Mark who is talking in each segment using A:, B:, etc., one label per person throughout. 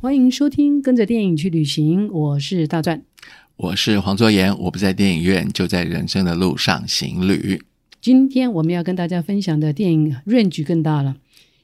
A: 欢迎收听《跟着电影去旅行》，我是大钻。
B: 我是黄卓妍，我不在电影院，就在人生的路上行旅。
A: 今天我们要跟大家分享的电影 range 更大了，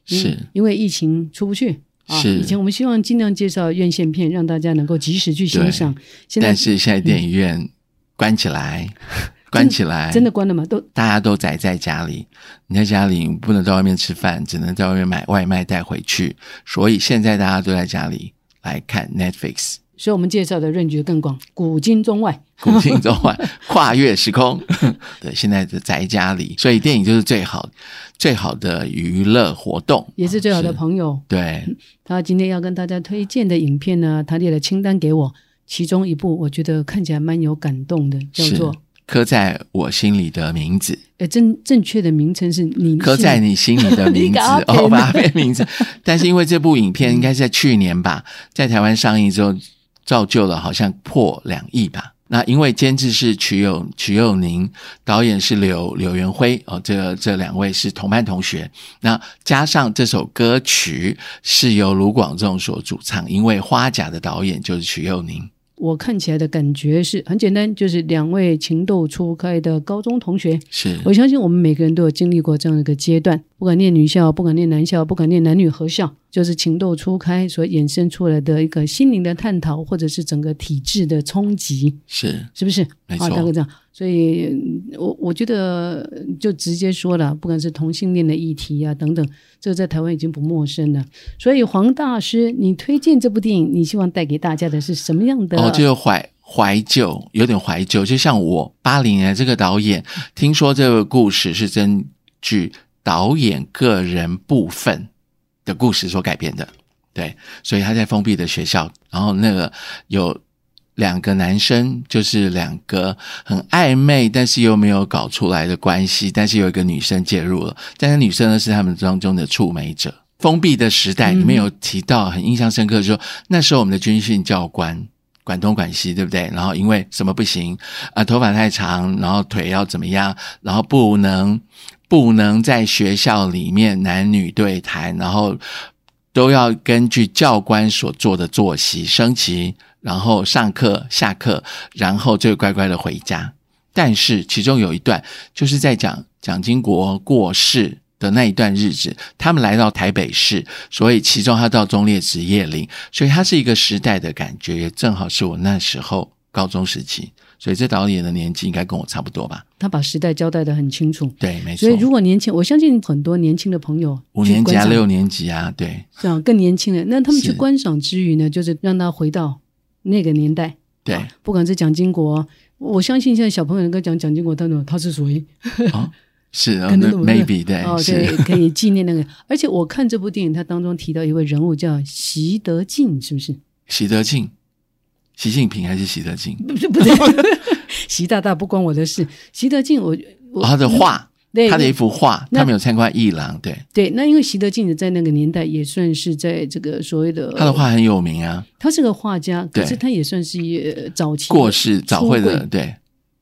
A: 因
B: 是
A: 因为疫情出不去。啊，
B: 是
A: 以前我们希望尽量介绍院线片，让大家能够及时去欣赏。现在嗯
B: 但是现在电影院关起来， 关起来，
A: 真的，关了吗？都
B: 大家都宅在家里。你在家里不能到外面吃饭，只能在外面买外卖带回去，所以现在大家都在家里来看 Netflix，
A: 所以我们介绍的 range 更广，古今中外。
B: 古今中外，跨越时空。 对，现在的宅家里，所以电影就是最好最好的娱乐活动，
A: 也是最
B: 啊
A: 好的朋友。
B: 对，
A: 他今天要跟大家推荐的影片呢，他列了清单给我，其中一部我觉得看起来蛮有感动的，叫
B: 是
A: 做
B: 刻在我心里的名字。
A: 呃正正确的名称是你
B: 刻在你心里的
A: 你
B: 名字
A: 给他，
B: 哦，
A: 编
B: 把它变名字。但是因为这部影片应该是在去年吧，在台湾上映之后，造就了好像破两亿吧。那因为监制是瞿友瞿友宁，导演是柳柳元辉哦，这这两位是同班同学。那加上这首歌曲是由卢广仲所主唱，因为《花甲》的导演就是瞿友宁。
A: 我看起来的感觉是很简单，就是两位情窦初开的高中同学。
B: 是
A: 我相信我们每个人都有经历过这样的一个阶段，不管念女校，不管念男校，不管念男女合校，就是情窦初开所衍生出来的一个心灵的探讨，或者是整个体制的冲击，
B: 是，
A: 是不是？
B: 没
A: 啊，
B: 错
A: 大概这样。所以嗯我我觉得呃就直接说了，不管是同性恋的议题啊等等，这个在台湾已经不陌生了。所以黄大师，你推荐这部电影，你希望带给大家的是什么样的？
B: 哦，就怀怀旧，有点怀旧。就像我八零年这个导演，听说这个故事是根据导演个人部分的故事所改编的。对，所以他在封闭的学校，然后那个有两个男生，就是两个很暧昧，但是又没有搞出来的关系，但是有一个女生介入了，但是女生呢是他们当中的触媒者。封闭的时代里面有提到很印象深刻的说，那时候我们的军训教官管东管西，对不对？然后因为什么不行啊、头发太长，然后腿要怎么样，然后不能不能在学校里面男女对谈，然后都要根据教官所做的作息升旗，然后上课下课，然后就乖乖的回家。但是其中有一段就是在讲蒋经国过世的那一段日子，他们来到台北市，所以其中他到中烈职业林，所以它是一个时代的感觉，也正好是我那时候高中时期，所以这导演的年纪应该跟我差不多吧？
A: 他把时代交代的很清楚。
B: 对，没错
A: 所以，，如果年轻，我相信很多年轻的朋友
B: 五
A: 去
B: 年级啊，
A: 观赏
B: 六年级啊，对
A: 这样更年轻的，那他们去
B: 是
A: 观赏之余呢，就是让他回到那个年代。
B: 对，
A: 啊不管是蒋经国，我相信现在小朋友能够讲蒋经国，他们他是谁？
B: 是呃
A: 可能懂得
B: maybe 对，
A: 哦，对
B: 哎是，
A: 可以纪念那个。 而且我看这部电影，它当中提到一位人物叫习德进，是不 是？
B: 习德进，习近平还是习德进？
A: 不是，不对， 习大大不关我的事。习德进，我我、
B: 哦他的画，
A: 对
B: 他的一幅画，
A: 那
B: 他没有参观艺廊，对，
A: 对，那因为习德进在那个年代也算是在这个所谓的
B: 他的画很有名啊，
A: 他是个画家，可
B: 对
A: 是他也算是呃早期
B: 过世早会
A: 出
B: 的，
A: 柜
B: 对，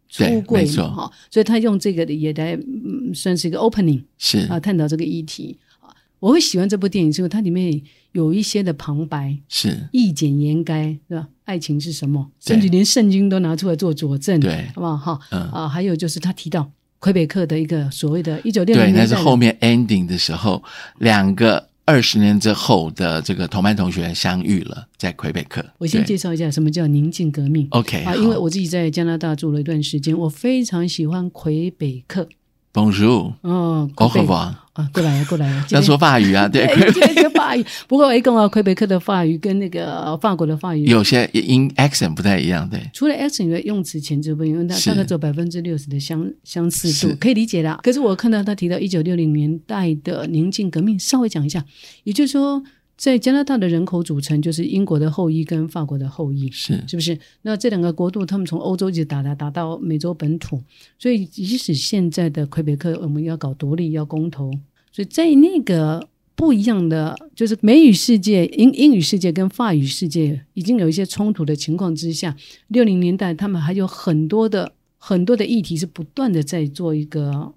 A: 出
B: 对
A: 柜
B: 没错
A: 嘛，哈，所以他用这个的也来、嗯、算是一个 opening
B: 是
A: 啊，探讨这个议题啊。我会喜欢这部电影，是因为它里面有一些的旁白，
B: 是，
A: 一简言赅，是吧？爱情是什么？
B: 对
A: 甚至连圣经都拿出来做佐证，
B: 对
A: 好不好？哈、
B: 嗯
A: 啊，还有就是他提到魁北克的一个所谓的一九六
B: 对，
A: 零
B: 那
A: 年
B: 是
A: 代
B: 后
A: 的，
B: 面 ending 的时候，两个二十年之后的这个同班同学相遇了，在魁北克。
A: 我先
B: 对
A: 介绍一下什么叫宁静革命。
B: OK
A: 啊，因为
B: 好
A: 我自己在加拿大住了一段时间，我非常喜欢魁北克。
B: Bonjour，
A: 哦，
B: au
A: 魁北
B: revoir，
A: 啊，过来了，过来 了，
B: 要说法语啊，对，
A: 对， 今天学法语。不过哎，跟我魁北克的法语跟那个呃法国的法语，
B: 有些音 accent 不太一样，对，
A: 除了 accent 以外，用词前置部分，因为它
B: 是
A: 大概只有百分之六十的相相似度
B: 是，
A: 可以理解啦。可是我看到他提到一九六零年代的宁静革命，稍微讲一下，也就是说，在加拿大的人口组成就是英国的后裔跟法国的后裔。
B: 是
A: 是不是？那这两个国度，他们从欧洲一直打打打到美洲本土，所以即使现在的魁北克，我们要搞独立，要公投，所以在那个不一样的，就是美语世界、英英语世界跟法语世界已经有一些冲突的情况之下，六零年代他们还有很多的很多的议题是不断的在做一个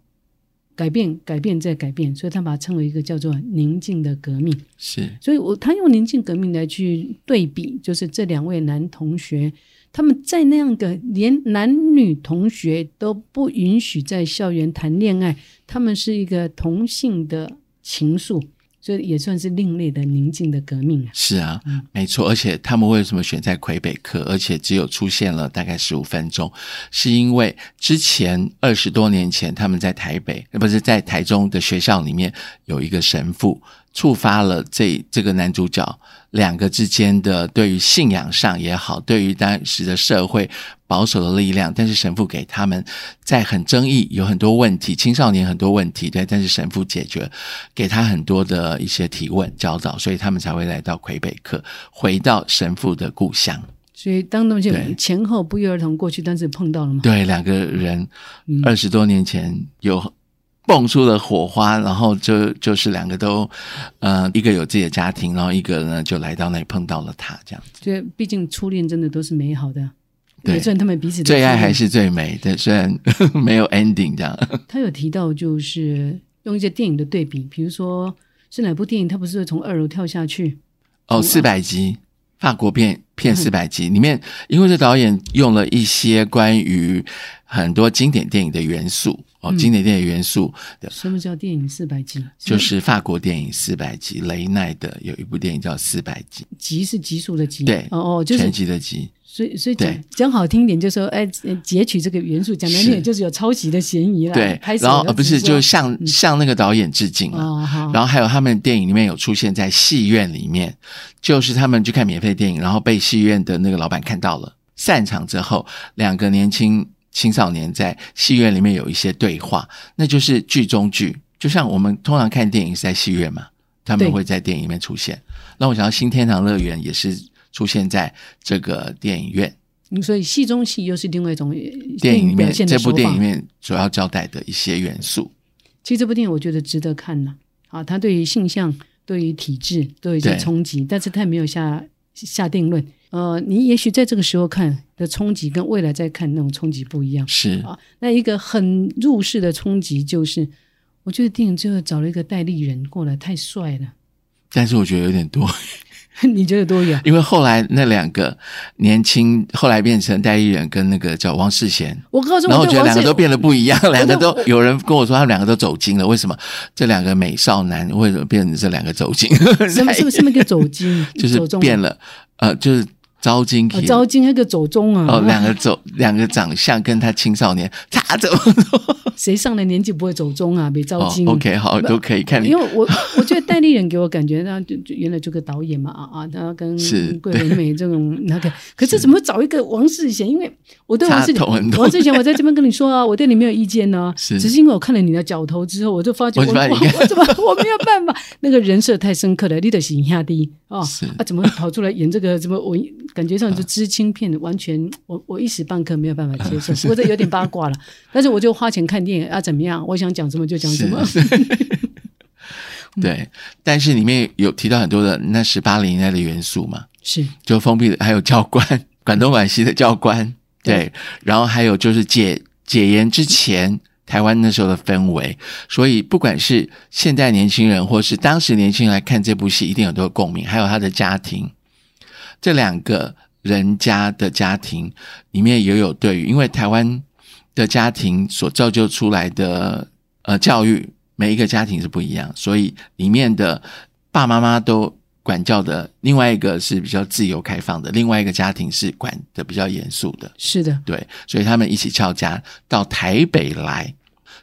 A: 改变、改变再改变，所以他把它称为一个叫做宁静的革命。
B: 是
A: 所以我他用宁静革命来去对比，就是这两位男同学，他们在那样的连男女同学都不允许在校园谈恋爱，他们是一个同性的情愫，所以也算是另类的宁静的革命啊。
B: 是啊
A: 嗯，
B: 没错。而且他们为什么选在魁北克，而且只有出现了大概十五分钟，是因为之前二十多年前他们在台北，呃不是在台中的学校里面有一个神父，触发了这这个男主角两个之间的对于信仰上也好，对于当时的社会保守的力量，但是神父给他们在很争议、有很多问题，青少年很多问题，对，但是神父解决，给他很多的一些提问教导，所以他们才会来到魁北克，回到神父的故乡。
A: 所以当他们就
B: 对
A: 前后不约而同过去，但是碰到了嘛，
B: 对，两个人
A: 嗯
B: 二十多年前有蹦出了火花，然后就就是两个都，呃，一个有自己的家庭，然后一个呢就来到那里碰到了他，这样
A: 所以毕竟初恋真的都是美好的啊，
B: 对
A: 也算他们彼此的
B: 最爱
A: 初恋
B: 还是最美的，虽然 没有 ending 这样。
A: 他有提到，就是用一些电影的对比，比如说是哪部电影，他不是会从二楼跳下去？嗯
B: 哦，四百集，法国片片四百集里面，因为这导演用了一些关于很多经典电影的元素哦，
A: 嗯
B: 经典电影元素
A: 什么叫电影四百集？
B: 就是法国电影四百集，雷奈的有一部电影叫《四百集
A: 集是集数的集，
B: 对
A: 哦哦，》，就是
B: 全集的集，
A: 所以所以
B: 对
A: 讲讲好听点，就说哎呃截取这个元素，讲难听点就是有抄袭的嫌疑啦。
B: 对
A: 拍，手
B: 然后
A: 要
B: 呃不是
A: 直说
B: 就向向那个导演致敬啊。
A: 嗯哦好，
B: 然后还有他们电影里面有出现在戏院里面，就是他们去看免费电影，然后被戏院的那个老板看到了，散场之后，两个年轻青少年在戏院里面有一些对话，那就是剧中剧，就像我们通常看电影是在戏院嘛，他们
A: 对
B: 会在电影里面出现。让我想到《新天堂乐园》也是出现在这个电影院，
A: 嗯所以戏中戏又是另外一种呃
B: 电影里
A: 表
B: 面
A: 现的
B: 这
A: 手
B: 部
A: 法。
B: 电影里面主要交代的一些元素。
A: 其实这部电影我觉得值得看呐、啊，它对于性向、对于体制都有一些
B: 对
A: 冲击，但是它也没有下下定论。呃，你也许在这个时候看的冲击，跟未来再看那种冲击不一样
B: 是
A: 啊。那一个很入世的冲击就是，我觉得电影最后找了一个代理人过来，太帅了，
B: 但是我觉得有点多。
A: 你觉得多远？
B: 因为后来那两个年轻，后来变成代言人跟那个叫王世贤，
A: 我告诉
B: 然后
A: 我
B: 我
A: 对
B: 觉得
A: 王
B: 两个
A: 世
B: 都 变得不一样，两个都
A: 我
B: 有人跟我说他们两个都走精了，为什么这两个美少男为什么变成这两个走精？，
A: 什么什么什么一个走精
B: 就是
A: 走中
B: 变了，呃，就是招金
A: 呃
B: 体。
A: 招精那个走中啊，
B: 哦，两个走，两个长相跟他青少年差怎么多？
A: 谁上了年纪不会走中啊？别招
B: 哦
A: 精。
B: ，OK，好，都可以看你
A: 因。为我我觉得戴立人给我感觉，他就就原来就个导演嘛，啊啊，他跟
B: 是
A: 桂纶镁这种那个，可是怎么找一个王世贤？因为我对王世
B: 差头很
A: 贤，
B: 多
A: 王世贤，我在这边跟你说啊，我对你没有意见呢、
B: 是
A: 只是因为我看了你的脚头之后，我就发觉我
B: 我
A: 我
B: 就发现你
A: 我怎么我没有办法，那个人设太深刻了，你得形下低啊
B: 是啊
A: 啊，怎么跑出来演这个？怎么我感觉上就知青片，完全我我一时半刻没有办法接 受，我这有点八卦了，但是我就花钱看电影啊，怎么样？我想讲什么就讲什么。
B: 对，但是里面有提到很多的那十八零年代的元素嘛，
A: 是
B: 就封闭的，还有教官，广东广西的教官，对，
A: 对
B: 然后还有就是解解严之前台湾那时候的氛围，所以不管是现代年轻人或是当时年轻人来看这部戏，一定有很多共鸣，还有他的家庭，这两个人家的家庭里面也有对于，因为台湾的家庭所造就出来的呃教育，每一个家庭是不一样，所以里面的爸妈妈都管教的，另外一个是比较自由开放的，另外一个家庭是管的比较严肃的，
A: 是的。
B: 对，所以他们一起翘家到台北来，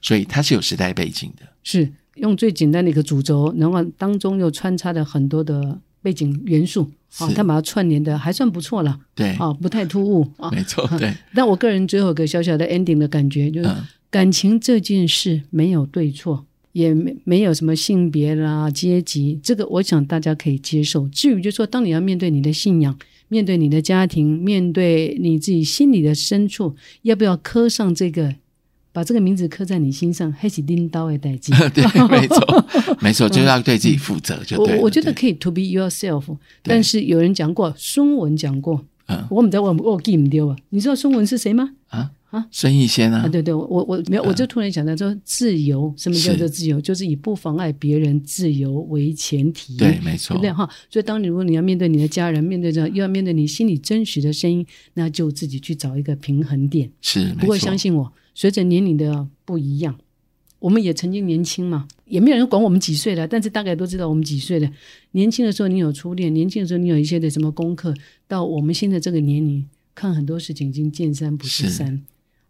B: 所以它是有时代背景的，
A: 是用最简单的一个主轴，然后当中又穿插了很多的背景元素，啊
B: 是，哎
A: 他把它串联的还算不错了，
B: 对，
A: 啊，不太突兀啊。
B: 没错，对，
A: 但我个人最后有个小小的 ending 的感觉，就是
B: 嗯
A: 感情这件事没有对错，也没没有什么性别啦、阶级，这个我想大家可以接受。至于就说，当你要面对你的信仰。面对你的家庭，面对你自己心里的深处，要不要刻上这个，把这个名字刻在你心上，还是拎刀的代际？
B: 对，没错，没错，就是要对自己负责，就对
A: 我
B: 了
A: 我觉得
B: 对
A: 可以 to be yourself，但是有人讲过，孙文讲过，
B: 嗯
A: 我们在我我记不丢啊。你知道孙文是谁吗？
B: 啊，
A: 啊
B: 孙逸仙啊
A: 啊，，对对，我我我没有，我就突然想到说自由，什么叫
B: 是
A: 做自由？就是以不妨碍别人自由为前提，
B: 对，没
A: 对
B: 错
A: 不，对哈？所以，当你如果你要面对你的家人，面对着又要面对你心里真实的声音，那就自己去找一个平衡点。
B: 是
A: 不
B: 没
A: 过
B: 错
A: 相，信我，随着年龄的不一样，我们也曾经年轻嘛，也没有人管我们几岁了，但是大概都知道我们几岁了。年轻的时候你有初恋，年轻的时候你有一些的什么功课，到我们现在这个年龄，看很多事情已经见山不是
B: 是
A: 山。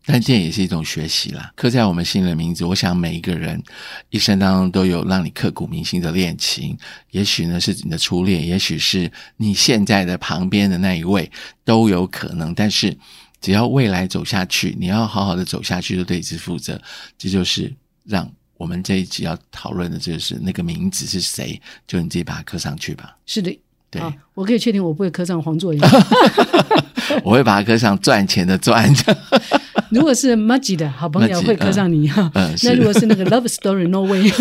B: 但这也是一种学习啦，刻在我们心里的名字。我想每一个人一生当中都有让你刻骨铭心的恋情，也许呢是你的初恋，也许是你现在的旁边的那一位，都有可能。但是只要未来走下去，你要好好的走下去，就对自己负责。这就是让我们这一集要讨论的，就是那个名字是谁，就你自己把它刻上去吧。
A: 是的，
B: 对，
A: 啊，我可以确定我不会刻上黄作阳。
B: 我会把它刻上赚钱的赚。
A: 如果是 Maggie 的好朋友
B: Maggie，
A: 会刻上 你哈、
B: 嗯嗯 是
A: 那如果是那个 Love Story No Way， 啊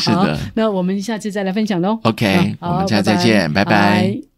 B: 是的
A: 哦好，那我们下次再来分享喽。
B: OK，
A: 啊好
B: 我们下次再
A: 拜拜
B: 见拜拜
A: 拜